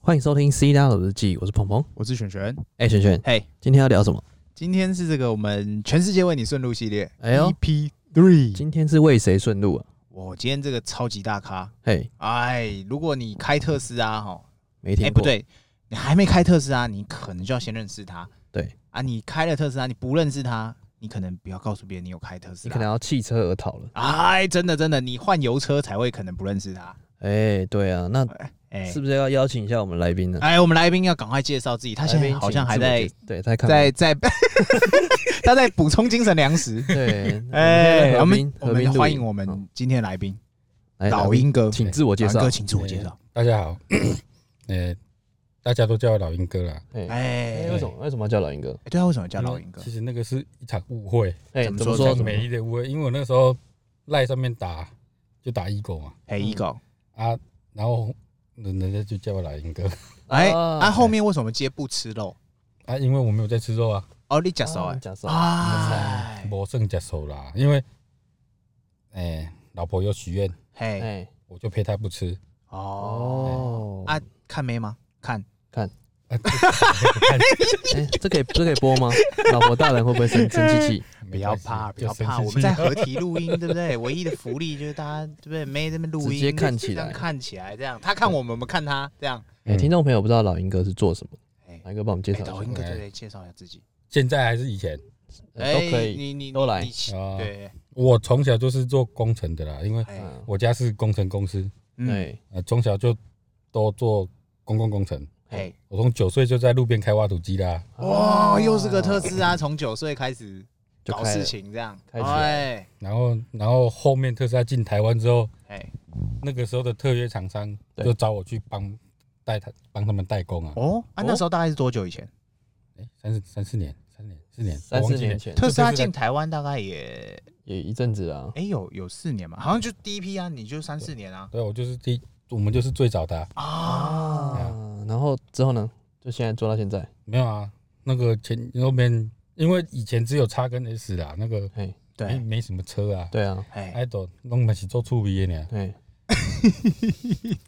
欢迎收听《C 大佬日记》，我是鹏鹏。我是璇璇。哎、璇璇，嘿，今天要聊什么？今天是这个我们全世界为你顺路系列哎呦，EP Three。今天是为谁顺路啊？我今天这个超级大咖，嘿，哎，如果你开特斯拉哈，没哎、听过。不，对，你还没开特斯拉，你可能就要先认识他。对啊，你开了特斯拉，你不认识他，你可能不要告诉别人你有开特斯你拉。可能要弃车而逃了。哎，真的真的，你换油车才会可能不认识他。哎、对啊，那哎、是不是要邀请一下我们来宾呢？哎，我们来宾要赶快介绍自己，他现来在宾好请像还自我在介对，在看在在， 他在补充精神粮食。 对，哎，我们我和平们欢迎我好哎们今天的来宾来老鹰哥，请自我介老鹰绍哥，。请自我介绍。大家好， 呃，大家都叫我老鹰哥啦。哎、嗯哎哎，为什么为什么要叫老鹰哥？哎对啊，为什么叫老鹰哥其？实那个是一场误会，哎、怎么怎么说说？很美丽的误会，因为我那时候赖上面打就打 ego 嘛哎，ego，嗯啊，然后人人家就叫我老鹰哥哎，啊啊，后面为什么接不吃肉？啊，因为我没有在吃肉啊，哦，你讲少哎，讲什么？哎，我剩加手啦，因为哎、老婆有许愿，嘿，哎，我就陪她不吃哦，哦，啊，看没吗？看，啊， 就看哎，这可以这可以播吗？老婆大人会不会生生气 气？不没要关系怕，不就要生怕，气我们在合体录音， 对不对？唯一的福利就是大家对不对？没这边录音，直接看起来这样看起来这样，他看我们，我们看他这样。哎、嗯听众朋友不知道老鹰哥是做什么哎，来哥帮我们介哎绍一下老。鹰哥，对对，介绍一下自己。现在还是以前，哎都可以。你你都来你你啊对，我从小就是做工程的啦，因为哎，嗯，我家是工程公司，嗯，哎，呃，从小就都做公共工程。哎，我从九岁就在路边开挖土机啦，哇，又是个特斯拉，从九岁开始啊就搞开事了情这样，开起哎然后然后后面特斯拉进台湾之后，哎，那个时候的特约厂商对就找我去帮代他帮他们代工啊，哦，啊，哦那时候大概是多久以前？哎、三四三四年，三年四年，三我四忘记年了。前特斯拉就是在进台湾大概也，也一阵子啦。哎，有有四年嘛，好像就第一批啊，你就三四年啊，对，我就是第一我们就是最早的啊、啊，啊，然后之后呢，就现在做到现在。没有啊，那个前后面因为以前只有叉跟 S 啦，那个哎，没对，没什么车啊，对啊，哎，哎都弄不起做触鼻的呢，哎，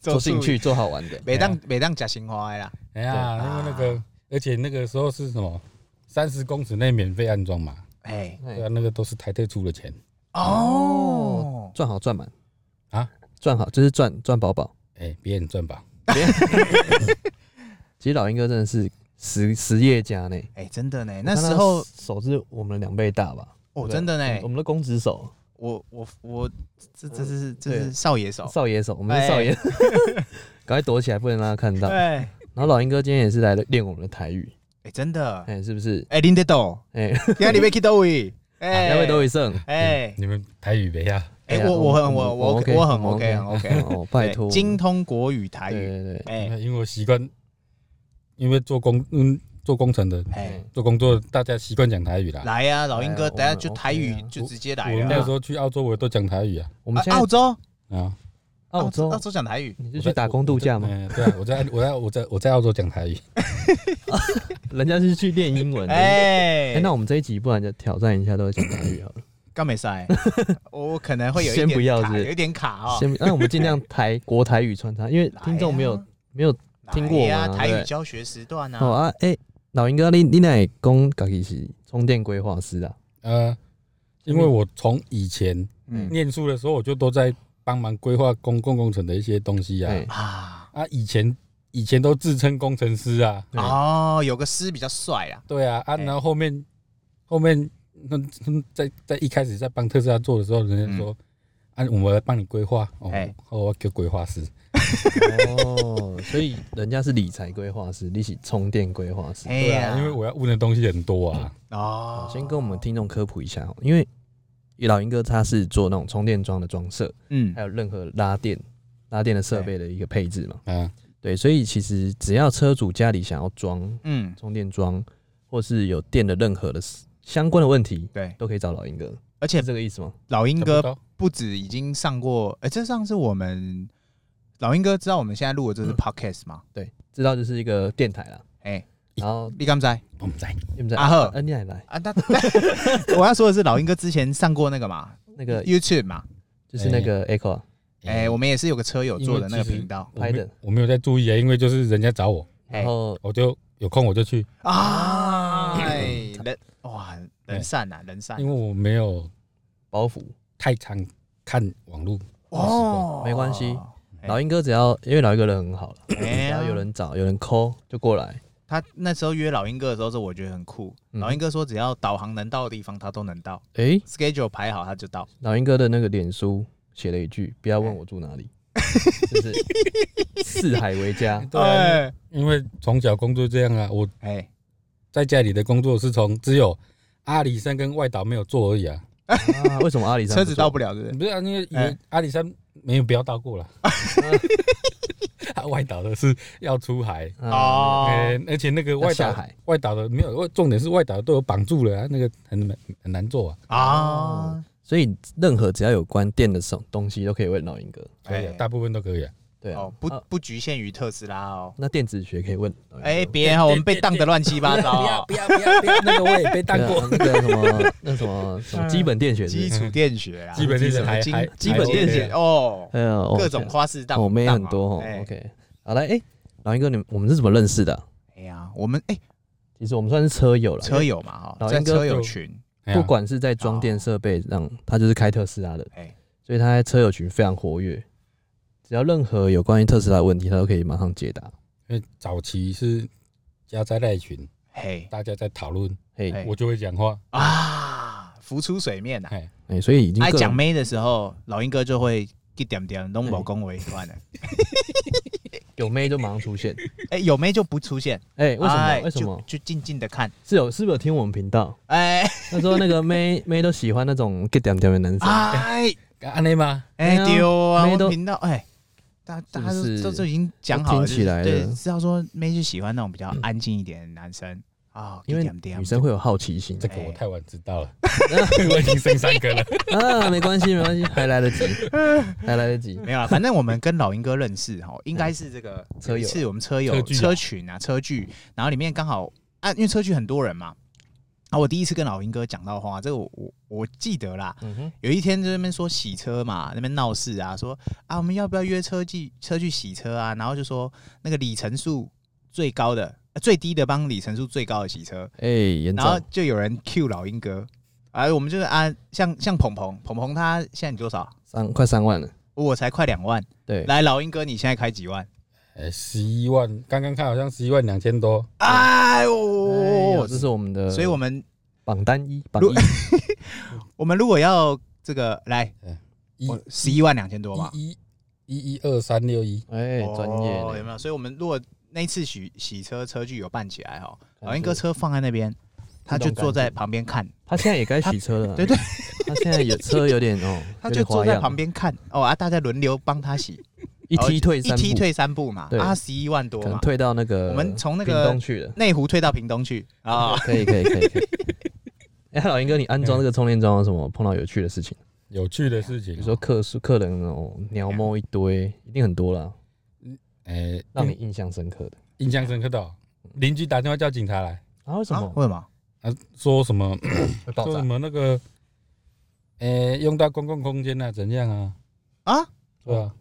做兴，趣，做好 玩的。每当每当假心花的啦，哎呀，对因为那个而且那个时候是什么三十公尺内免费安装嘛，哎，哎对啊，那个都是台特出的钱。哦，赚好赚满啊， 赚好就是赚赚饱饱。哎、别人赚吧。其实老鹰哥真的是实实业家呢。哎，真的呢，那我看他时候手是我们的两倍大吧？哦，对真的我呢，们的公子手，我我我，这这是这对是少爷手，少爷手，我们是少 爷，赶快躲起来，不能让他看到。哎对，然后老鹰哥今天也是来练我们的台语，哎，真的，哎，是不是？哎，林德斗，哎，今天你要去倒 位？哎， 两位都一胜。哎你们台语没啊？哎，呀我我很我我 OK，我很们 OK 很 OK，哦， 拜对托，精通国语台对语，对对，哎因为我习惯，因为做工，嗯，做工程的，哎，嗯做工作大家习惯讲台语啦。来呀，老鹰来哥，啊等下我们就 OK 啊台语就直接我来们那了时。候去澳洲，我都讲台语啊。我我们现在澳洲，啊，澳洲澳，洲讲台语，你我是在去打工度假吗？嗯，对啊，我在我在我在我在澳洲讲台语。人家是去练英文的。哎，哎，那我们这一集不然就挑战一下，都会讲台语好了。刚 没塞，我可能会有一先不要点是不卡，是有一点卡 哦。先，那我们尽量台国台语穿插，因为听众没有来啊没有听过来呀，嘛台对语教学时段哦啊，啊，哎，老鹰哥，你你哪讲自己是充电规划师啊？呃，因为我从以前嗯念书的时候，我就都在帮忙规划公共工程的一些东西啊哎。啊，啊，以前以前都自称工程师啊。对哦，有个师比较帅啊，对啊，啊，哎然后后面后面那那在在一开始在帮特斯拉做的时候，人家说、啊，我们来帮你规划哦嗯哎，哦，我叫规划师， 哦，所以人家是理财规划师，你是充电规划师。哎对啊，呀，因为我要问的东西很多啊，哦，先跟我们听众科普一下哦，因为老鹰哥他是做那种充电桩的装设，嗯还有任何拉电、拉电的设备的一个配置嘛。嗯啊，对，所以其实只要车主家里想要装嗯，充电桩，或是有电的任何的 s- 相关的问题，对，都可以找老鹰哥，而且是这个意思吗？老鹰哥差不多不止已经上过，哎、这上次我们老鹰哥知道我们现在录的这是 podcast 吗？知道就是一个电台啦。哎、然后你敢不知道我们在你们在阿赫啊，你也来啊？那 我要说的是，老鹰哥之前上过那个嘛那个，YouTube 嘛，就是那个 Echo，啊哎、我们也是有个车友做的那个因为其实频道我拍没的我没有在注意啊，因为就是人家找我，哎然后我就有空我就去，啊，哎人哇人善呐、人善因为我没有包袱，太常看网络，哦，没关系哎老鹰哥只要因为老鹰哥人很好了，哎只呀要有人找有人抠就过来，他那时候约老鹰哥的时候，是我觉得很酷。嗯老鹰哥说，只要导航能到的地方，他都能到诶， ，schedule 排好他就到。老鹰哥的那个脸书写了一句：“不要问我住哪 里，就是四海为家。对啊，因为从小工作这样啊，我哎，在家里的工作是从只有阿里山跟外岛没有做而已啊，”啊，为什么阿里山车子到不了？了，对不对？不是啊，因为以哎为阿里山没有不要到过 了，啊外岛的是要出海，啊，哦哎，而且那个外要下岛海外岛的没有，重点是外岛的都有绑住了啊，那个很难很难做啊，啊，所以任何只要有关电的什么东西都可以问老鹰哥。可以啊哎，大部分都可以啊，对啊哦，，不啊不局限于特斯拉哦。那电子学可以问老鹰哥。哎，别哦，我们被当的乱七八糟不要哦。不要不要不要，那个我也被当对 过啊，，那个什 么那什么什么基本电学是不基是，础电学啊，基本电学什么还基还基本电学还 OK 啊哦，哎呀，各种花式当我妹当很多哦哦。哎 OK，好来，哎，老鹰哥，你们我们是怎么认识的啊？哎呀，我们哎其实我们算是车友了，车友嘛哈，老在鹰哥车友就群哎呀不管是在装电设备上，他就是开特斯拉的，哎所以他在车友群非常活跃。只要任何有关于特斯拉的问题，他都可以马上解答。因为早期是加在赖群，嘿大家在讨论，嘿，哎哎、我就会讲话，啊，浮出水面呐。哎，所以已经爱各讲种妹的时候，老鹰哥就会一点点拢无恭维完了。有妹就马上出现。哎、有妹就不出现，哎、为什哎么？为什么？就就静静的看，是有是不是有听我们频道？哎他说那个妹妹都喜欢那种 get 点点的男生。哎啊安内吗？哎哎呀丢啊！妹我都们频道哎，大大家是不都是都都已经讲好都了，听起来了就是对，知道说妹就喜欢那种比较安静一点的男生啊，因为一点点女生会有好奇心这个我哎太晚知道了， 我已经生三个了，啊，没关系，没关系，还来得及，还来得 及。没有啦，反正我们跟老鹰哥认识哈，应该是这个嗯车友有一次我们车友车聚啊车群啊车聚，然后里面刚好啊，因为车群很多人嘛，啊，我第一次跟老鹰哥讲到话，这个我我我记得啦，嗯哼，有一天在那边说洗车嘛，那边闹事啊，说啊我们要不要约车去车去洗车啊？然后就说那个里程数最高的、呃最低的帮里程数最高的洗车，哎、严然后重，就有人 Q 老鹰哥，啊我们就是啊像像鹏鹏，鹏鹏他现在你多少？三快三万了。我才快两万，对，来老鹰哥你现在开几万？哎，十一万，刚刚看好像十一万两千多，哎呦，哎呦这是我们的，所以我们榜单一，榜如 一，我们如果要这个来一十一万两千多嘛，一一一一二三六一，哎、专、业哦呢有没有？所以我们如果那一次洗洗车车具有办起来哈，感老鹰觉哥车放在那边，他就坐在旁边看，他现在也该洗车了啊， 对对，他现在有车有点哦， 他有就点坐花在样旁边看哦啊，大家轮流帮他洗，哦一踢退一三步，踢退三步嘛，对啊十一万多可能嘛，退到那个我们从那个屏东去了，内湖退到屏东去 啊，可以可以可以可 以。哎，老鹰哥，你安装这个充电桩有什么碰到有趣的事情？有趣的事比情啊如，说客数客人哦，鸟猫一堆，一定很多啦，哎，让你嗯印象深刻的。印象深刻到邻居打电话叫警察来，啊，为什啊么为什么？啊，说什么会爆说什炸？么那个，哎，用到公共空间啊，怎样啊？啊，对哦啊。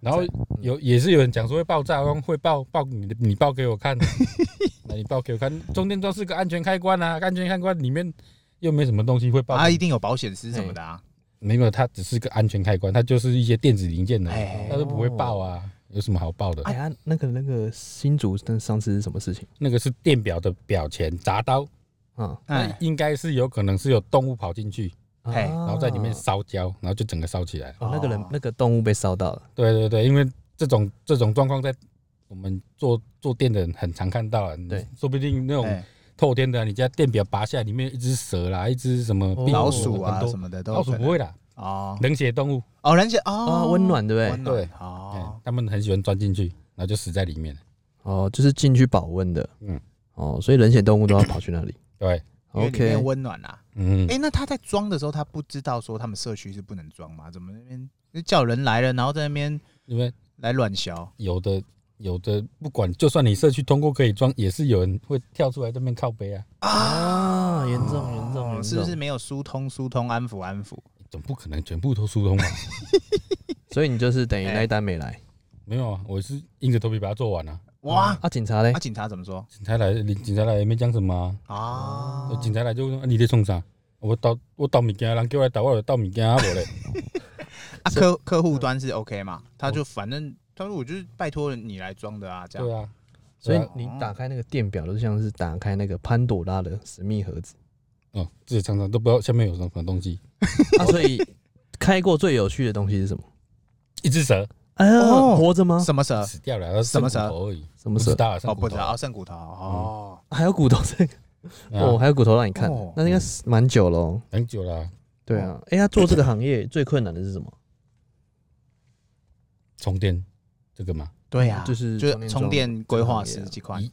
然后嗯有也是有人讲说会爆炸，会爆爆你的，你爆给我看，啊那你爆给我看。充电桩是个安全开关啊，安全开关里面又没什么东西会爆，啊一定有保险丝什么的啊，没有，它只是个安全开关，它就是一些电子零件的，哎哦啊它都不会爆啊，有什么好爆的？哎呀，那个那个新竹跟上次是什么事情？那个是电表的表前铡刀，啊，那哎应该是有可能是有动物跑进去，哎啊然后在里面烧焦，然后就整个烧起来。哦，那个人哦那个动物被烧到了，对对对，因为这种这种状况在我们做做电的人很常看到啊，对，说不定那种。哎透天的啊、你家电表拔下来，里面有一只蛇啦，一只什么哦壁虎老鼠啊很多什么的都有老鼠可能不会啦，哦冷血动物，哦，人家啊，哦温暖对不对？温暖对哦哎，他们很喜欢钻进去，然后就死在里面。哦，就是进去保温的，嗯嗯，哦，所以人血动物都要跑去那里。对，因为里面哎 OK，温暖啦。嗯哎、，那他在装的时候，他不知道说他们社区是不能装吗？怎么那边就叫人来了，然后在那边因为来乱销？有的有的不管，就算你社区通过可以装，也是有人会跳出来这边靠背啊，啊，严重严重严哦重，是不是没有疏通疏通安抚安抚？一总不可能全部都疏通吧？啊所以你就是等于那一单没来 没有啊，我是硬着头皮把它做完啊。哇，啊？警察嘞那、？警察怎么说警察来，警察来也没讲什么啊、哦啊？警察来就问、啊、你在冲啥？我倒我倒物件，人叫我来倒，我就倒物件啊，无嘞。啊，客客户端是 OK 哦嘛？他就反正他说我就是拜托你来装的 啊，这对样。啊，所以对啊你打开那个电表，就像是打开那个潘朵拉的神秘盒子哦，自己常常都不知道下面有什么什么东西，啊。所以开过最有趣的东西是什么？一只蛇哎呀，哦活着吗？什么蛇？死掉了，它什么蛇剩骨头而已，什么不蛇知？道啊，剩哦，骨不知头道，哦，剩骨头哦。还有骨头这个对啊哦，还有骨头让你看哦，那应该是蛮久了哦。很久了啊，对啊，哎，他做这个行业最困难的是什么？充电这个嘛，对呀，嗯就是就是充电规划师这块。一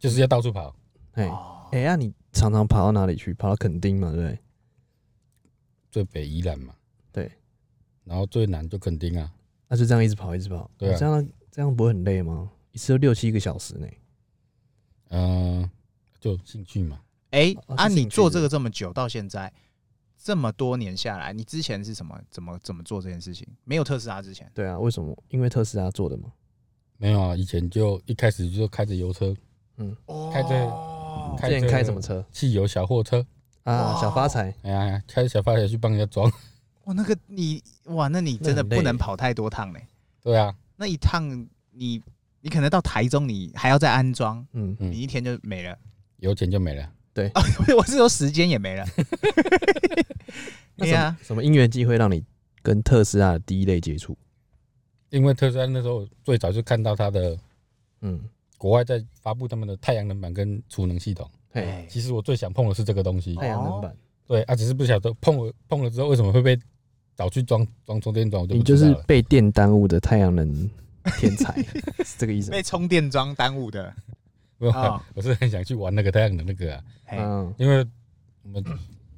就是要到处跑，哎哦哎，那你常常跑到哪里去？跑到垦丁嘛，对不对？最北宜兰嘛，对，然后最南就垦丁啊，那就这样一直跑，一直跑。对啊这样这样不会很累吗？一次就六七个小时呢。嗯，就兴趣嘛，哎哦啊，是兴你趣做是这个这么久，到现在这么多年下来，你之前是什么？怎么怎么做这件事情？没有特斯拉之前，对啊，为什么？因为特斯拉做的嘛。没有啊，以前就一开始就开着油车，开着之开前着开什么车汽油小货车，啊？哇小发财。哎呀，开着小发财去帮人家装， 哇，那个你哇，那你真那的很累不能跑太多趟嘞。对啊，那一趟你你可能到台中，你还要再安装，嗯，嗯你一天就没了。 油钱就没了，我是说时间也没了。那 对什么啊呀、什么因缘机会让你跟特斯拉的第一类接触？因为特斯拉那时候最早就看到它的嗯，国外在发布他们的太阳能板跟储能系统。嘿，其实我最想碰的是这个东西，太阳能板，对啊，只是不晓得碰了碰了之后为什么会被找去装装充电桩，我就你不就知道是了。被电耽误的太阳能天 才，是这个意思吗被？充电桩耽误的。没有哦啊，我是很想去玩那个太阳能那个啊，嘿嗯，因为我们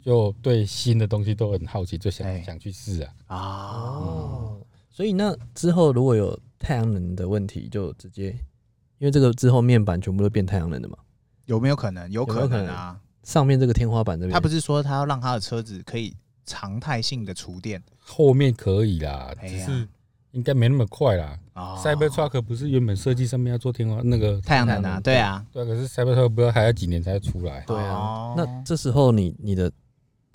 就对新的东西都很好奇，就哎想想去试啊。啊，哦，所以那之后如果有太阳能的问题，就直接，因为这个之后面板全部都变太阳能的嘛，有没有可能？有没可有可能啊。上面这个天花板这边，他不是说他要让他的车子可以常态性的厨电后面可以啦，哎只呀是应该没那么快啦。啊 Cybertruck 不是原本设计上面要做天花那个，太阳能啊，对啊，对啊，可是 Cybertruck 不知道还要几年才会出来。对啊哦，那这时候你你的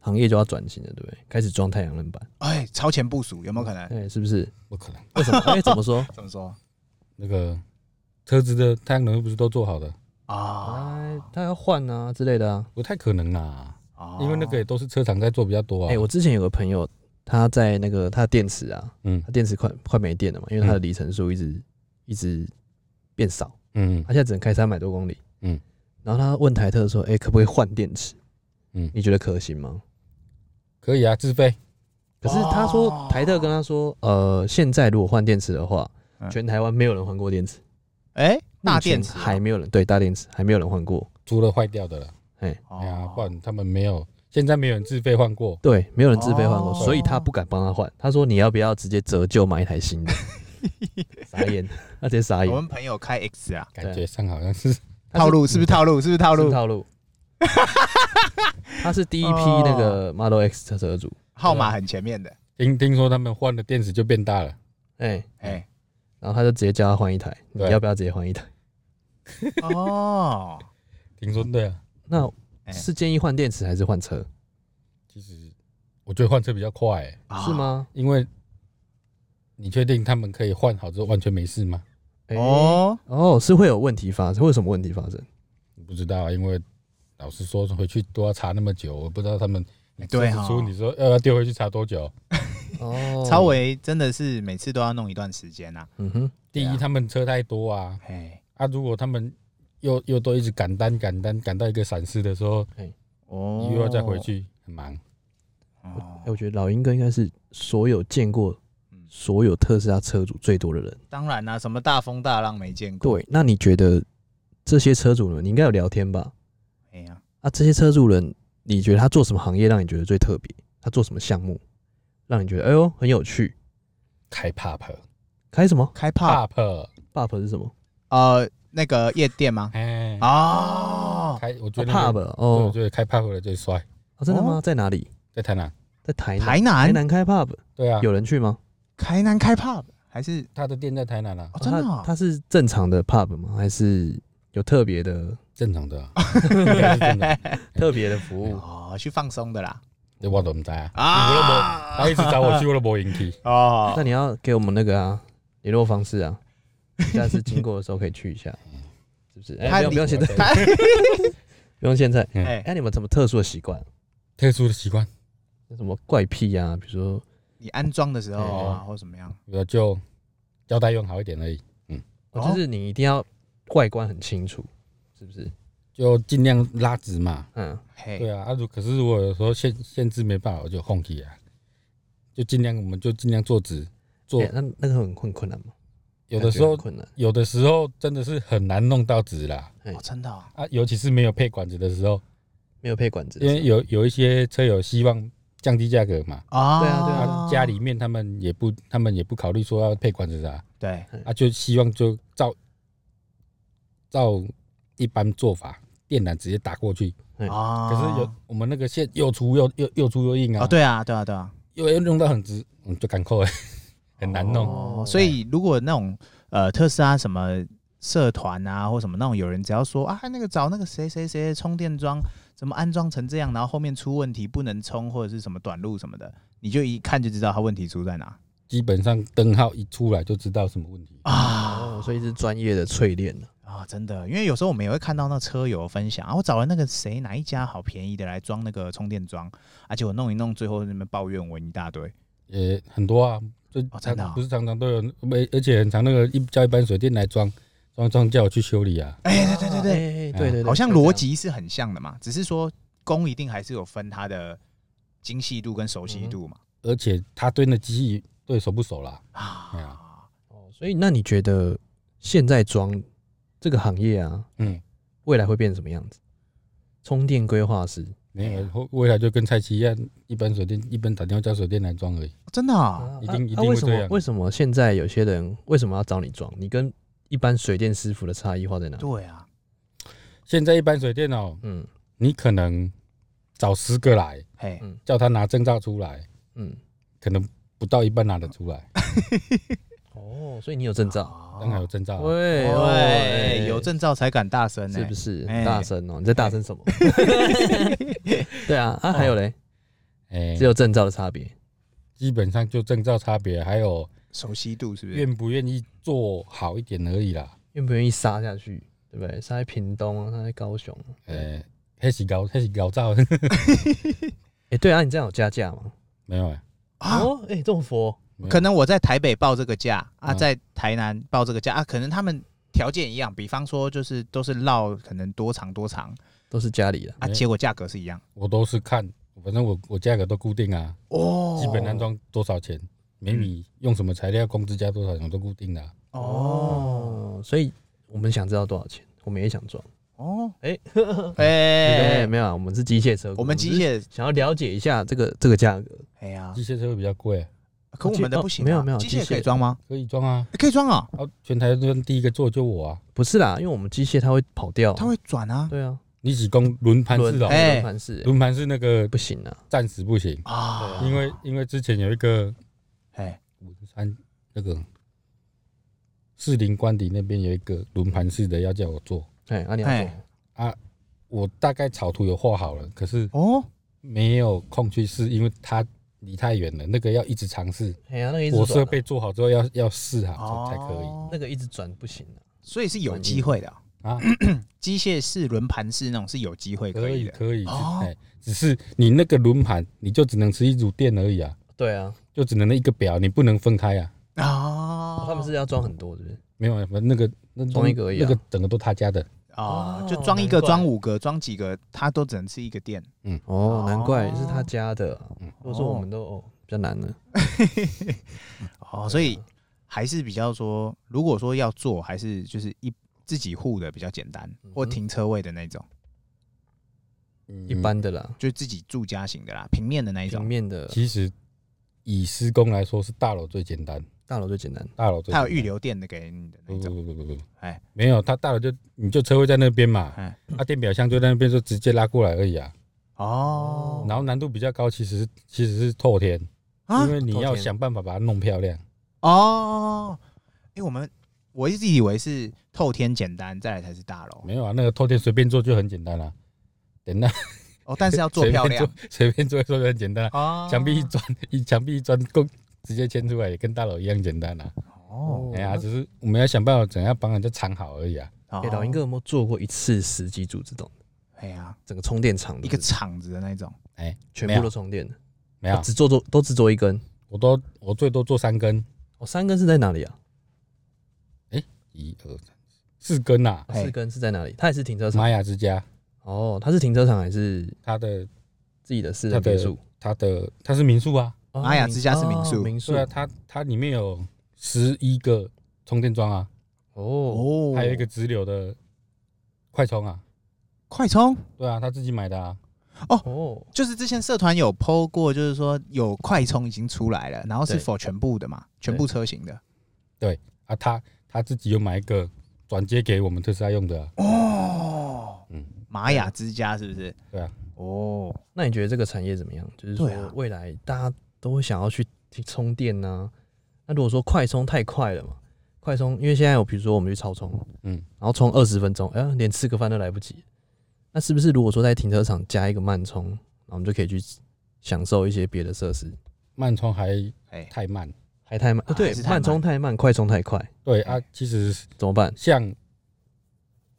行业就要转型了，对不对？开始装太阳能板，哎，超前部署有没有可能？哎，是不是？不可能，为什么？哎，怎么说？怎么说那个车子的太阳能又不是都做好的，啊？哎，他要换啊之类的啊。不太可能啦。哦因为那个也都是车厂在做比较多啊。哎、我之前有个朋友，他在那个他的电池啊，嗯他电池快快没电了嘛，因为他的里程数一直、一直变少，嗯他现在只能开三百多公里。嗯，然后他问台特说：“哎、可不可以换电池？”嗯你觉得可行吗？可以啊，自费可是他说哦台特跟他说：“呃，现在如果换电池的话，嗯全台湾没有人换过电池，哎大目前电池啊还没有人对大电池还没有人换过。除了坏掉的了。哦哎呀，不然他们没有，现在没有人自费换过。对，没有人自费换过，哦所以他不敢帮他换。他说：“你要不要直接折旧买一台新的？” 傻眼，他直接傻哦我眼。们朋友开 X 啊，感觉上好像是他是嗯套路是不是套路？是不是套是路？套 路。他是第一批哦那个 Model X 车车主，号码很前面的，听听说他们换了电池就变大了，哎、哎，然后他就直接叫他换一台，你对要不要直接换一台？哦，听说对啊。那哎是建议换电池还是换车？其实我觉得换车比较 快、欸啊是？吗？因为你确定他们可以换好之后完全没事吗？哎哦，哦，是会有问题发生，会有什么问题发生？不知道啊，因为老实说回去都要查那么久，我不知道他们。你对车子哦出你说要要丢回去查多久？哦，超，维真的是每次都要弄一段时间呐，嗯哼，第对啊一，他们车太多啊，哎，啊，如果他们又又都一直赶单赶单赶到一个闪失的时候，哦，又要再回去，很忙。哦哎、我觉得老鹰哥应该是所有见过嗯所有特斯拉车主最多的人。当然啦、什么大风大浪没见过。对，那你觉得这些车主呢？你应该有聊天吧？哎呀，啊，这些车主人，你觉得他做什么行业让你觉得最特别？他做什么项目让你觉得哎呦很有趣？开 pub 开什么开炮 pub， pub 是什么？呃，那个夜店吗？哎，哦，开我觉啊得 pub 对我哦觉得开 pub 的最帅，啊真的哦吗？在哪里？在台南在台南，台南台南开 pub 对啊，有人去吗？台南开 pub 还是他的店在台南啊，哦真的他哦他是正常的 pub 吗？还是有特别的正常的啊，应该是正常特别的服务？哦去放松的啦的，我都不知道啊，我都没，啊他一直找我去，我都没引起。 哦 那你要给我们那个啊联络方式啊，下次经过的时候可以去一下，是不是？哎、他不用不用理现在，不用现在。哎哎、你们什么特殊的习惯？特殊的习惯，有什么怪癖啊？比如说你安装的时候啊哎或怎么样我就胶带用好一点而已，哦，就是你一定要外观很清楚，是不是？就尽量拉直嘛。嗯，嘿对啊，啊，如可是如果有时候限限制没办法，我就放弃啊，就尽量我们就尽量做直做哎，那那个很很困难吗？有的时候感觉很困难，有的时候真的是很难弄到直啦哎哦真的哦啊，尤其是没有配管子的时候，没有配管子的因时候，为有有一些车友希望降低价格嘛，啊对啊对啊，家里面他们也不他们也不考虑说要配管子啊，对啊，就希望就照照一般做法，电缆直接打过去，哎啊嗯可是有我们那个线又粗又又又粗又硬啊哦，对啊对啊对啊又要弄到很直，嗯，就赶扣哎， 很难弄。哦，所以如果那种呃特斯拉什么社团啊或什么那种有人只要说啊那个找那个谁谁谁的充电桩怎么安装成这样，然后后面出问题不能充或者是什么短路什么的，你就一看就知道他问题出在哪基本上灯号一出来就知道什么问题。啊哦，所以是专业的淬炼的。啊！真的，因为有时候我们也会看到那车友分享啊，我找了那个谁哪一家好便宜的来装那个充电桩，而且我弄一弄，最后那边抱怨文一大堆。也很多啊，就哦常真的啊不是常常都有，而而且很常那个一叫一般水电来装，装装叫我去修理啊。哎、对对对对，对对对，好像就这逻样辑是很像的嘛，只是说工一定还是有分它的精细度跟熟悉度嘛。而且他对那机器对熟不熟啦？对啊，哦，所以那你觉得现在装这个行业啊，嗯，未来会变成什么样子？充电规划师没哎有，后未来就跟蔡奇一样，一般水电一般打电话叫水电来装而已。真的啊，啊一定一定啊为会什这么样为什么现在有些人为什么要找你装？你跟一般水电师傅的差异化在哪？对啊，现在一般水电哦，嗯你可能找十个来，嘿嗯，叫他拿证照出来，嗯，可能不到一半拿得出来。哦，所以你有证照？当然有证照啊，喂对，喂，有证照才敢大声呢、是不是？哦哎哦大声哦，你在大声什么？ 对啊，啊还有嘞，哎只，有证照的差别。基本上就证照差别，还有熟悉度是不是？愿不愿意做好一点而已啦。愿不愿意杀下去，对不对？杀在屏东啊，杀在高雄、啊。哎、呃，黑是搞黑是搞照， 对啊，你这样有加价吗？没有啊，啊哦，哎、这么佛，没有可能我在台北报这个价啊，嗯在台南报这个价啊，可能他们条件一样，比方说就是都是绕可能多长多长都是家里的。啊，哎结果价格是一样我都是看，反正我我价格都固定啊，哦基本安装多少钱，每米用什么材料，工资加多少钱我都固定的啊。哦哦，所以我们想知道多少钱，我们也想装。哦哎 哎 对，没有啊，我们是机械车，我们机只是械想要了解一下这个这个价格。哎呀机，械车会比较贵，可我们的不行哦啊，没有没有机机械械可以装吗？可以装啊。可以装啊，啊，全台湾第一个做就我啊，不是啦，因为我们机械它会跑掉。它会转啊哦对啊，你只供轮盘轮式哦，哎轮盘式、轮盘式那个不行啊。暂时不行，啊，因为因为之前有一个哎五十三那个士林官邸那边有一个轮盘式的要叫我做，哎、啊你要做哎我大概草图有画好了，可是哦没有空去试，因为它离太远了，那个要一直尝试。哎呀、那个一直我转啊哦设备做好之后要要试好才才可以那个一直转不行啊。哦所以是有机会的啊。啊， 机械式轮盘式那种是有机会可以以的，可以，哦哎，只是你那个轮盘你就只能吃一组电而已啊，对啊，就只能那一个表，你不能分开啊。啊哦他们是要装很多，是不是？没有啊，那个那装一个而已啊那个整个都他家的，啊哦，就装一个、难怪装五个、装几个，它都只能是一个店。哦，难怪是他家的啊。嗯如果说我们都哦比较难嗯了。啊哦，所以还是比较说，如果说要做，还是就是一自己户的比较简单，或嗯哼停车位的那种，一般的啦，就是自己住家型的啦，平面的那一平种。面的其实以施工来说是大楼最简单，大楼最简单。大楼最它有简单预留电的给你的那不种，不不不不不，哎没嗯有，他大楼就你就车位在那边嘛，哎啊电表箱就在那边，就直接拉过来而已啊。哦，然后难度比较高，其实其实是透天，啊因为你透要天想办法把它弄漂亮。哦，因为我们我一直以为是透天简单，再来才是大楼没有啊，那个透天随便做就很简单啦、等那哦，但是要 做随漂便亮做 随便做就很简单、啊，哦， 墙壁一砖一墙壁一砖够直接迁出来，也跟大楼一样简单啦、哦，哎呀，只是我们要想办法怎样帮人家藏好而已啊。哎，老鹰哥有没有做过一次十几组这种哎哦呀，整个充电场的一个厂子的那种，哎，全没有部都充电的？没有啊我，只做做都只做一根。我都我最多做三根，哦，三根是在哪里啊？一二三四根呐、哎哦四根是在哪里？它也是停车场玛雅之家，哦，它是停车场还是它的自己的私人别墅？它的它是民宿啊，哦玛雅之家是民宿哦民宿对啊，它它里面有十一个充电桩啊，哦，哦还有一个直流的快充啊，快充，对啊，他自己买的啊，哦，就是之前社团有 PO 过，就是说有快充已经出来了，然后是对否全部的嘛，全部车型的啊他他自己有买一个转接给我们特斯拉用的啊、哦，嗯，玛雅之家是不是？对啊，哦，那你觉得这个产业怎么样？就是对说啊未来大家都会想要去充电呐、那如果说快充太快了嘛，快充因为现在有比如说我们去超充，嗯然后充二十分钟，哎、呀，连吃个饭都来不及。那是不是如果说在停车场加一个慢充，然后我们就可以去享受一些别的设施？慢充还哎，太慢，还太慢，啊、啊对还是，太慢慢充太慢，快充太快，对啊，其实怎么办？像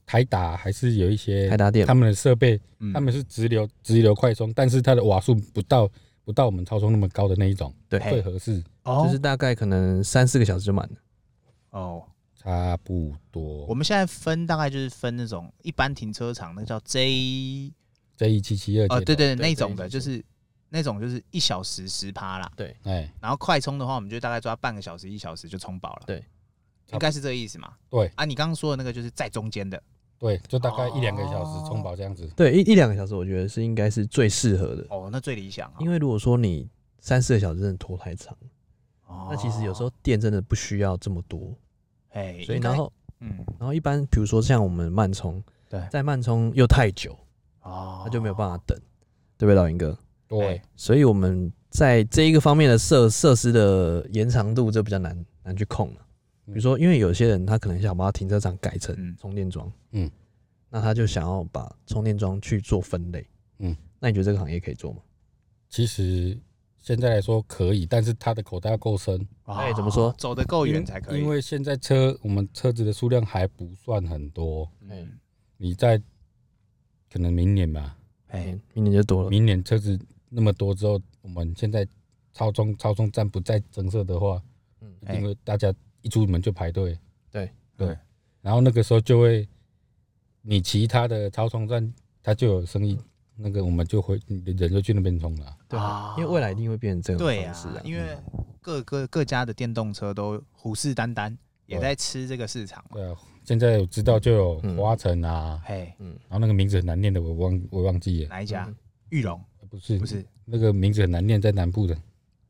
台达还是有一开些达电他们的设备，嗯他们是直流直流快充，但是它的瓦数不到不到我们超充那么高的那一种，哎对最合适，哦就是大概可能三四个小时就满了。哦，差不多。我们现在分大概就是分那种一般停车场，那叫 J J 一七七二呃，对对，对那种 J 的，一就七七是那种就是一小时十趴啦。哎，然后快充的话，我们就大概抓半个小时、一小时就充饱了。对，应该是这个意思嘛？对啊，你刚刚说的那个就是在中间的对，就大概一两个小时哦充饱这样子。对，一一两个小时，我觉得是应该是最适合的。哦，那最理想啊。因为为如果说你三四个小时真的拖太长，哦那其实有时候，电真的不需要这么多。哎，所以应该然后嗯，然后一般比如说像我们慢充，对在慢充又太久，哦，那就没有办法等，对不对，老鹰哥？对哎，所以我们在这一个方面的设设施的延长度，这比较难难去控了。比如说，因为有些人他可能想把停车场改嗯成充电桩，嗯，那他就想要把充电桩去做分类，嗯，那你觉得这个行业可以做吗？其实现在来说可以，但是它的口袋要够深，哦哎怎么说走得够因远才可以。因为现在车我们车子的数量还不算很多，嗯，你在可能明年吧，哎，嗯，明年就多了，明年车子那么多之后，我们现在超充超充站不再增设的话，嗯一定会大家一出门就排队。对嗯对对，然后那个时候就会，你其他的超充站它就有生意，那个我们就回人就去那边充了。对啊啊，因为未来一定会变成这种对方呀式啊，，因为各各各家的电动车都虎视眈眈，也在吃这个市场嘛。对啊，现在我知道就有嗯华晨啊，嘿，然后那个名字很难念的，我忘我忘记了，哪一家嗯？玉龙不是不是？那个名字很难念，在南部的，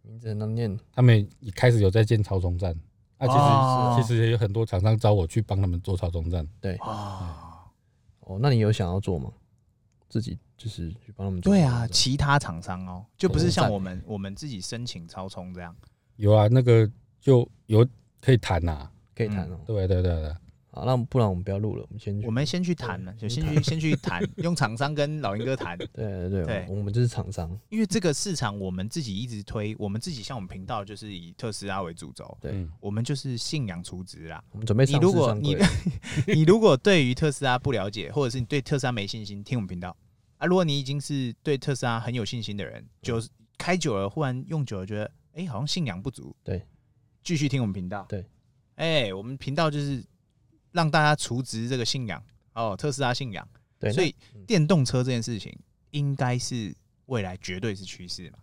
名字很难念，他们一开始有在建超充站，啊，其实、哦其实也有很多厂商找我去帮他们做超充站，哦，哦，那你有想要做吗？自己就是去帮他们做对这啊，种其他厂商哦，就不是对像赞我们我们自己申请超充这样。有啊，那个就有可以谈呐、可以谈哦。对对对对，好，那不然我们不要录了，我们先去嗯我。们先去谈了，就先去先去谈， 用厂商跟老鹰哥谈，对对对对，我们就是厂商，因为这个市场我们自己一直推，我们自己像我们频道就是以特斯拉为主轴，对嗯，我们就是信仰除值啦。我们准备你上如市果上你柜。 你如果对于特斯拉不了解，或者是你对特斯拉没信心，听我们频道啊。如果你已经是对特斯拉很有信心的人，就是开久了，忽然用久了，觉得哎、诶好像信仰不足，对，继续听我们频道，对，哎、我们频道就是让大家除植这个信仰哦，特斯拉信仰， 对，那所以嗯电动车这件事情应该是未来绝对是趋势嘛。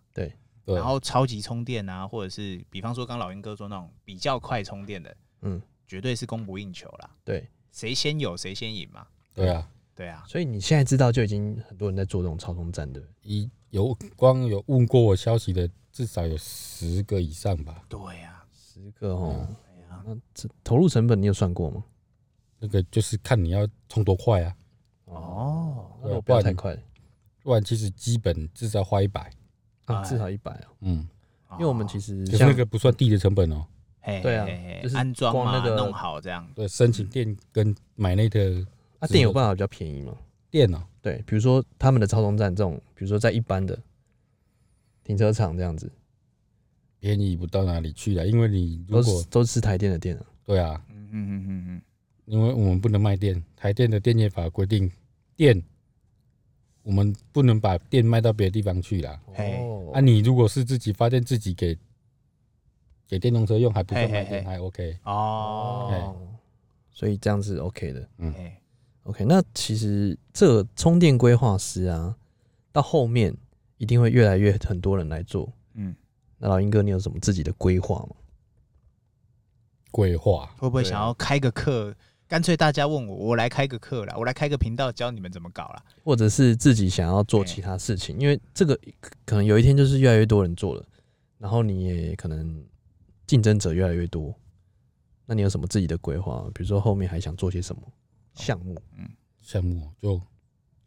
对然后超级充电啊，或者是比方说刚老鹰哥说那种比较快充电的，嗯，绝对是供不应求啦。对，谁先有谁先赢嘛。对啊，对啊，所以你现在知道就已经很多人在做这种超充站的，一有光有问过我消息的，至少有十个以上吧。对啊，十个哦，哎呀，那这投入成本你有算过吗？那个就是看你要充多快啊，哦，那我不要太快，如不然其实基本至少花一百。啊，哎至少一百哦，嗯，因为我们其实哦可是像那个不算地的成本哦、嘿对啊嘿嘿就是安装嘛光那个弄好这样，对，申请店跟买那个啊电有办法比较便宜嘛，店哦、对，比如说他们的超充站这种，比如说在一般的停车场这样子，便宜不到哪里去了，因为你如都果是都是台电的电啊，对啊，嗯嗯嗯嗯嗯，因为我们不能卖电，台电的电业法规定，电我们不能把电卖到别的地方去啦。嘿哦啊，你如果是自己发电，自己给给电动车用，还不算嘿卖嘿电，嘿还 OK。哦，哦，所以这样是 OK 的。嘿 OK，那其实这个充电规划师啊，到后面一定会越来越很多人来做。嗯，那老鹰哥，你有什么自己的规划吗？规划会不会对啊想要开个课？干脆大家问我，我来开个课啦，我来开个频道教你们怎么搞啦。或者是自己想要做其他事情？因为这个可能有一天就是越来越多人做了，然后你也可能竞争者越来越多。那你有什么自己的规划？比如说后面还想做些什么项目项目就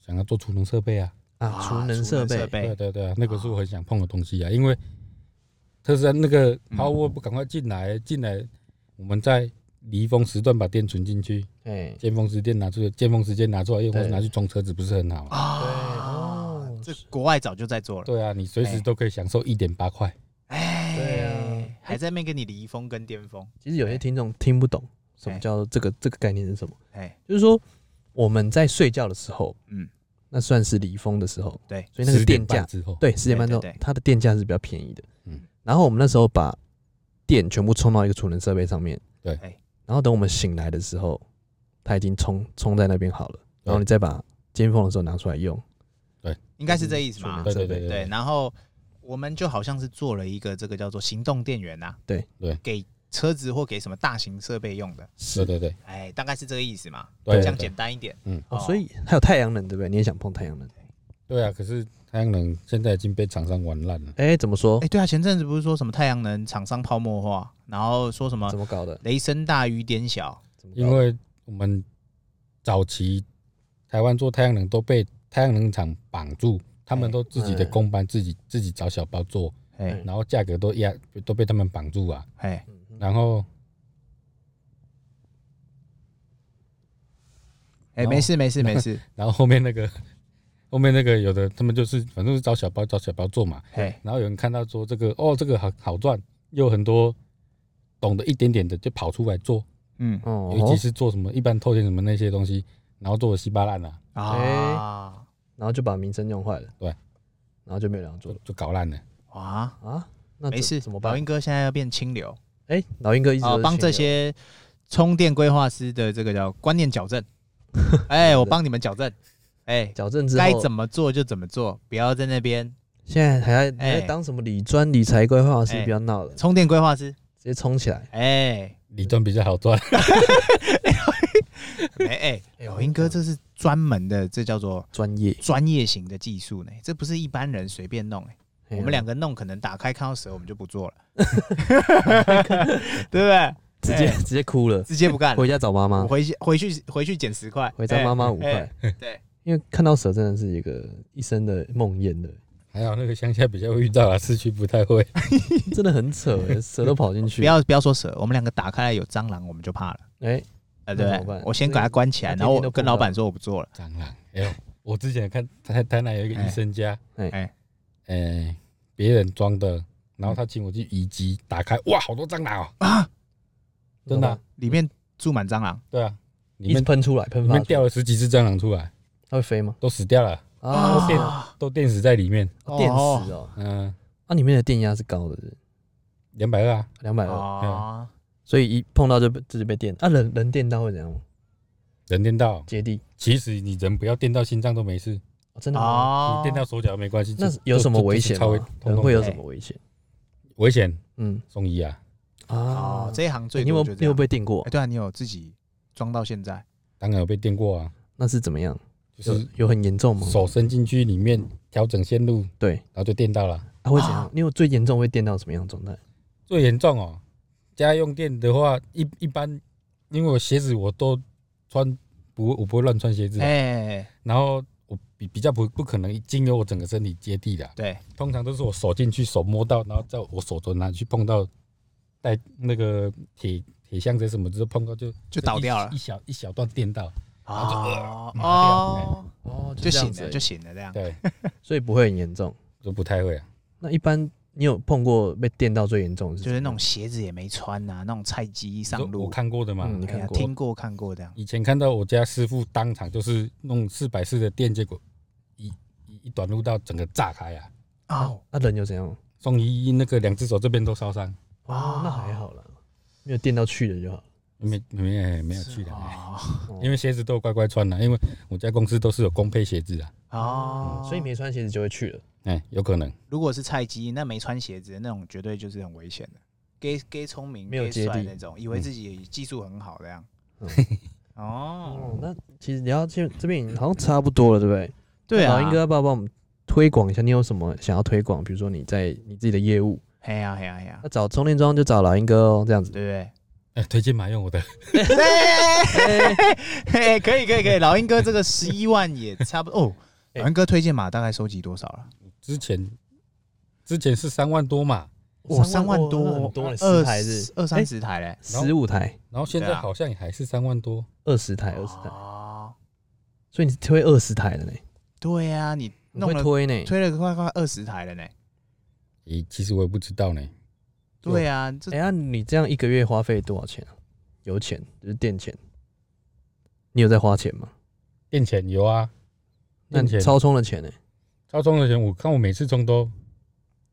想要做储能设备啊，啊？储能设备，对啊对啊对啊，那个是我很想碰的东西啊，因为特斯拉那个 Power 不赶快进来，进来我们在离峰时段把电存进去，哎，尖峰时间拿出来，尖峰时间拿出来用，或对者拿去充车子，不是很好吗？啊对哦，这国外早就在做了。对啊，你随时都可以享受一点八块，哎，对啊，还在那边跟你离峰跟巅峰，其实有些听众听不懂什么哎叫这个这个概念是什么。哎，就是说我们在睡觉的时候，嗯，那算是离峰的时候，对，所以那个10电点价半之后，对十点半之后对对对，它的电价是比较便宜的。嗯然后我们那时候把电全部充到一个储能设备上面，对哎然后等我们醒来的时候，它已经充充在那边好了，然后对你再把尖峰的时候拿出来用，应该是这意思嘛储。能对设对备对对，然后我们就好像是做了一个这个叫做行动电源呐，对对给车子或给什么大型设备用的，对对对，哎，大概是这个意思嘛，对讲对简单一点。嗯，哦，所以还有太阳能对不对？你也想碰太阳能？对啊。可是太阳能现在已经被厂商玩烂了，哎，怎么说哎、？对啊，前阵子不是说什么太阳能厂商泡沫化，然后说什么怎么搞的？雷声大雨点小，怎么搞的因为我们早期台湾做太阳能都被太阳能厂绑住，他们都自己的嗯工班，自己自己找小包做，哎然后价格都压都被他们绑住啊，哎嗯哼然后哎，没事没事没 事，然后后面那个后面那个有的他们就是反正是找小包找小包做嘛，哎然后有人看到说这个哦这个好好赚，又很多懂得一点点的就跑出来做，嗯哦尤其是做什么一般透天什么那些东西，然后做的稀巴烂啊，哎啊然后就把名声用坏了，对，然后就没有人要做就了就搞烂了。哇，啊。那没怎事，怎么老办鹰？哥现在要变清流，哎、老鹰哥一直都哦，是帮清这流些充电规划师的这个叫观念 矫正，哎，我帮你们矫正，哎，矫正之后，该怎么做就怎么做，不要在那边现在还在哎还在当什么理专理财规划师哎，不要闹了，充电规划师，直接冲起来。哎理赚比较好赚，哎哎， 哎老鹰哥这是专门的，这叫做。专业，专业型的技术呢，这不是一般人随便弄哎、哎呀我们两个弄，可能打开看到蛇，我们就 不做了， 对不对？直接哎直接哭了，直接不干了回，家找妈妈我，回去回去回去捡十块，回家妈妈妈五块哎。对，因为看到蛇真的是一个一生的梦魇的，还好那个乡下比较会遇到啊，市区不太会。真的很扯 哎，蛇都跑进去。不要不要说蛇，我们两个打开来有蟑螂，我们就怕了，哎，呃，对那怎不么对办？我先给它关起来，那然后天天都我碰跟老板说我不做了，蟑螂，哎呦，我之前看台台南有一个医生家，哎哎哎，哎，别人装的，然后他请我去移机，打开，哇，好多蟑螂哦，真的啊，里面住满蟑螂，对啊，里一直面喷出来，喷里发面出来掉，了十几只蟑螂出来，它会飞吗？都死掉了，啊，电啊都电死在里面，电死哦，嗯，啊，里面的电压是高的，两百二啊，两百二，哦，所以一碰到就被自己被电。啊，人人电到会怎样吗？人电到，接地，其实你人不要电到心脏都没事，你哦真的吗？哦，电到手脚没关系，那这有什么危险这这吗是超？人通会通有哎什么危险？危险，嗯送医啊，啊哦，，这一行最你有多没就有这你有样。被电过哎，？对啊，你有自己装到现在，当然有被电过啊，那是怎么样？就有是有很严重吗？手伸进去里面调整线路，对，然后就电到了。啊会怎样？你有最严重会电到什么样的状态？最严重哦，家用电的话，一一般，因为我鞋子我都穿不，我不会乱穿鞋子啊、哎，然后我比比较不不可能经由我整个身体接地的啊，对，通常都是我手进去，手摸到，然后在我手肘拿去碰到带那个铁铁箱子什么，就是碰到就就倒掉了一一小一小段电到，哦麻哦，哦，就这样醒子而了已就醒了这样。对，所以不会很严重。都不太会啊。那一般你有碰过被电到最严重的是什就么是那种鞋子也没穿呐、那种菜鸡上我路，看过的嘛，嗯你哎呀看过听过看过这样，以前看到我家师傅当场就是弄四百四的电，结果一一一短路到整个炸开啊，哦，那人又怎样？送医那个两只手这边都烧伤，哦，那还好啦，没有电到去的就好。没没没有去的，啊哦哎因为鞋子都有乖乖穿啊了，因为我家公司都是有公配鞋子啊，哦，嗯所以没穿鞋子就会去了。哎、有可能如果是菜鸡，那没穿鞋子的那种绝对就是很危险的，gay gay 聪明，没有 gay 接帅力那种，以为自己技术很好这样嗯。哦，哦，那其实聊到这这边好像差不多了，对不对？对啊，老鹰哥，要不要帮我们推广一下？你有什么想要推广？比如说你在你自己的业务，嘿呀嘿呀嘿呀那，找充电桩就找老鹰哥哦，这 样子。对哎、推荐买用我的， 不对？ 哎嘿 嘿哎可以可以可以，老鹰哥这个十一万也差不多哦。哎老鹰哥推荐码大概收集多少了？之前之前是三万多嘛，哇，三万那多很，多了，十二台是哎二三十台嘞，十五台，然后现对在啊好像也还是三万多，二十台，二十台，哦，所以你是推二十台的呢？对呀，你你弄会了推呢？推了快快二十台了呢。咦、其实我也不知道呢，对对啊，这哎呀，你这样一个月花费多少钱啊？油钱就是电钱，你有在花钱吗？电钱有啊，那你电钱超充的钱呢？超充的钱我看我每次充都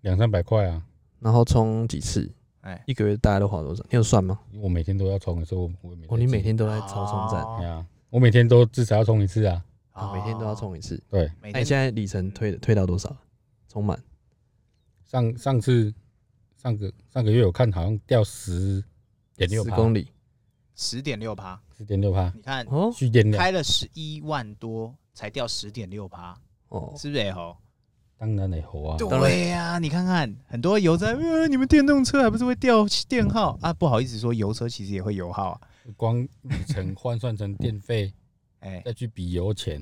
两三百块啊，然后充几次？哎一个月大概都花多少？你有算吗？因为我每天都要充的时候，我我也没在哦，你记每天都在超充站，对站，啊，我每天都至少要充一次啊。啊每天都要，充一次。对，哦每哎，你天现在里程推推到多少？充满上上次上个上个月我看好像掉十点十六趴，公里十点六趴。十点六趴，你看哦蓄电量开了十一万多，才掉十点六趴，哦，是不是？吼，当然得猴啊。当然对呀、你看看很多油车，呃，你们电动车还不是会掉电耗啊？不好意思说，油车其实也会油耗啊。光里程换算成电费， 哎、再去比油钱，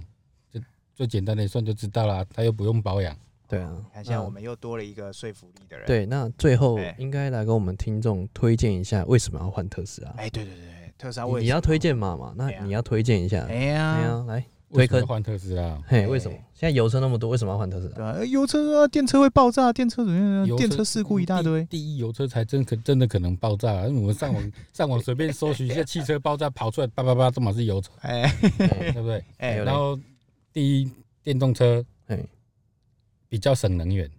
这最简单的一算就知道啦。它又不用保养，对啊你。看现在那我们又多了一个说服力的人。，对，那最后哎应该来跟我们听众推荐一下为什么要换特斯拉？哎、对对对对，特斯拉你为你什要么推？荐码嘛？那对啊你要推荐一下。哎哎呀、呀，来为推坑什么要换特斯拉？嘿，哎为什么现在油车那么多？为什么要换特斯拉？对啊，呃油车啊，电车会爆炸，电车怎么样油啊？电车事故一大堆第。第一油车才真可真的可能爆炸、啊。因为我们 上网上网随便搜寻一下汽车爆炸，跑出来叭叭叭，这满是油车， 哎对不对？有哎嘞然后第一电动车哎比较省能源，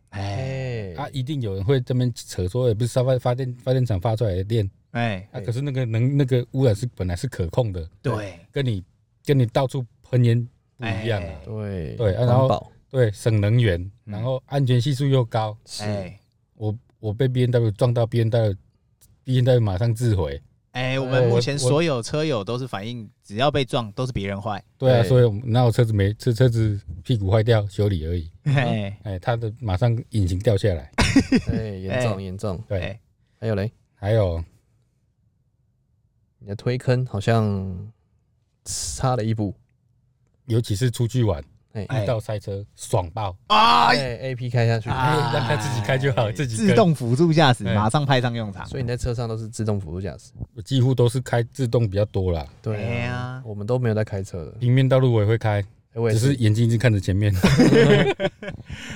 哎哎啊，一定有人会这边扯说，也不是发发电发电厂发出来的电哎，啊，对可是那个能那个污染是本来是可控的，对，跟你跟你到处喷烟不一样啊哎，对对啊然后环保对，省能源，嗯然后安全系数又高。是哎我我被 B N W 撞到 B N W，B N W 马上自毁，哎，我们我目前我所有车友都是反映，只要被撞都是别人坏。对啊，对所以我们那我车子没车车子屁股坏掉修理而已，哎，哎，它的马上引擎掉下来，哎严重严重。对，哎还有嘞，还有你的推坑好像差了一步。尤其是出去玩哎遇到塞车爽爆，啊，哎，A P 开下去，哎让他自己开就好自己哎自跟动辅助驾驶哎马上派上用场。所以你在车上都是自动辅助驾驶。我几乎都是开自动比较多啦。哎对啊，呀，我们都没有在开车的，平面道路我也会开，哎我也只是是。眼睛一直看着前 面。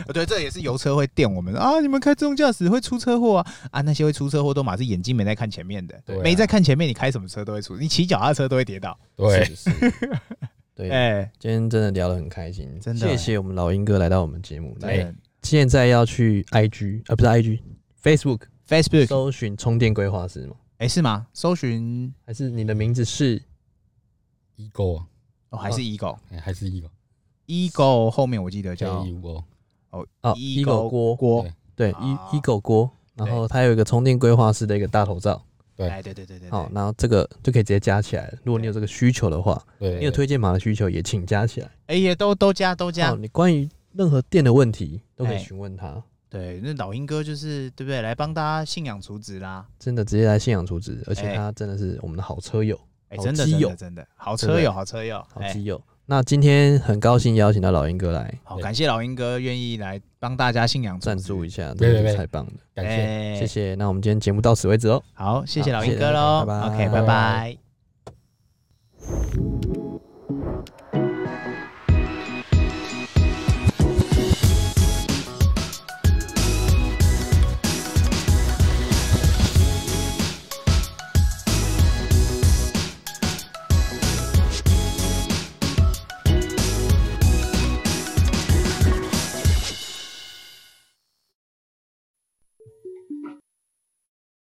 呃对，这也是油车会电我们啊！你们开自动驾驶会出车祸啊！啊，那些会出车祸都马是眼睛没在看前面的，对啊没在看前面，你开什么车都会出，你骑脚踏车都会跌倒。对，是是是 对，啊啊哎，今天真的聊得很开心，真的啊谢谢我们老鹰哥来到我们节目。真来，的现在要去 IG 啊，不是 IG，Facebook Facebook 搜寻充电规划师吗？哎是吗？搜寻还是你的名字是一勾啊，哦还是 Eagle，Eagle 哎还是一勾，后面我记得叫叫一勾。哦哦一 Eagle 锅锅，对对啊一一狗锅，然对后它有一个充电规划师的一个大头照，对哎对对对对，好，对然后这个就可以直接加起来了。如果你有这个需求的话，对，你有推荐码的需求也请加起来。哎也都都加都加好，，哦你关于任何电的问题都可以哎询问他，对，那老鹰哥就是对不对？来帮大家信仰除子啦，真的直接来信仰储值，而且哎他真的是我们的好车友、哎好真的基真友的真的好对车不对友好车友，好哎基友。那今天很高兴邀请到老鹰哥来好，对感谢老鹰哥愿意来帮大家信仰组织赞助一，下，对对真的对是太棒了，感谢。哎谢谢。那我们今天节目到此为止哦。好，谢谢好老谢鹰谢哥老鹰哥拜喽拜，OK，拜拜拜拜。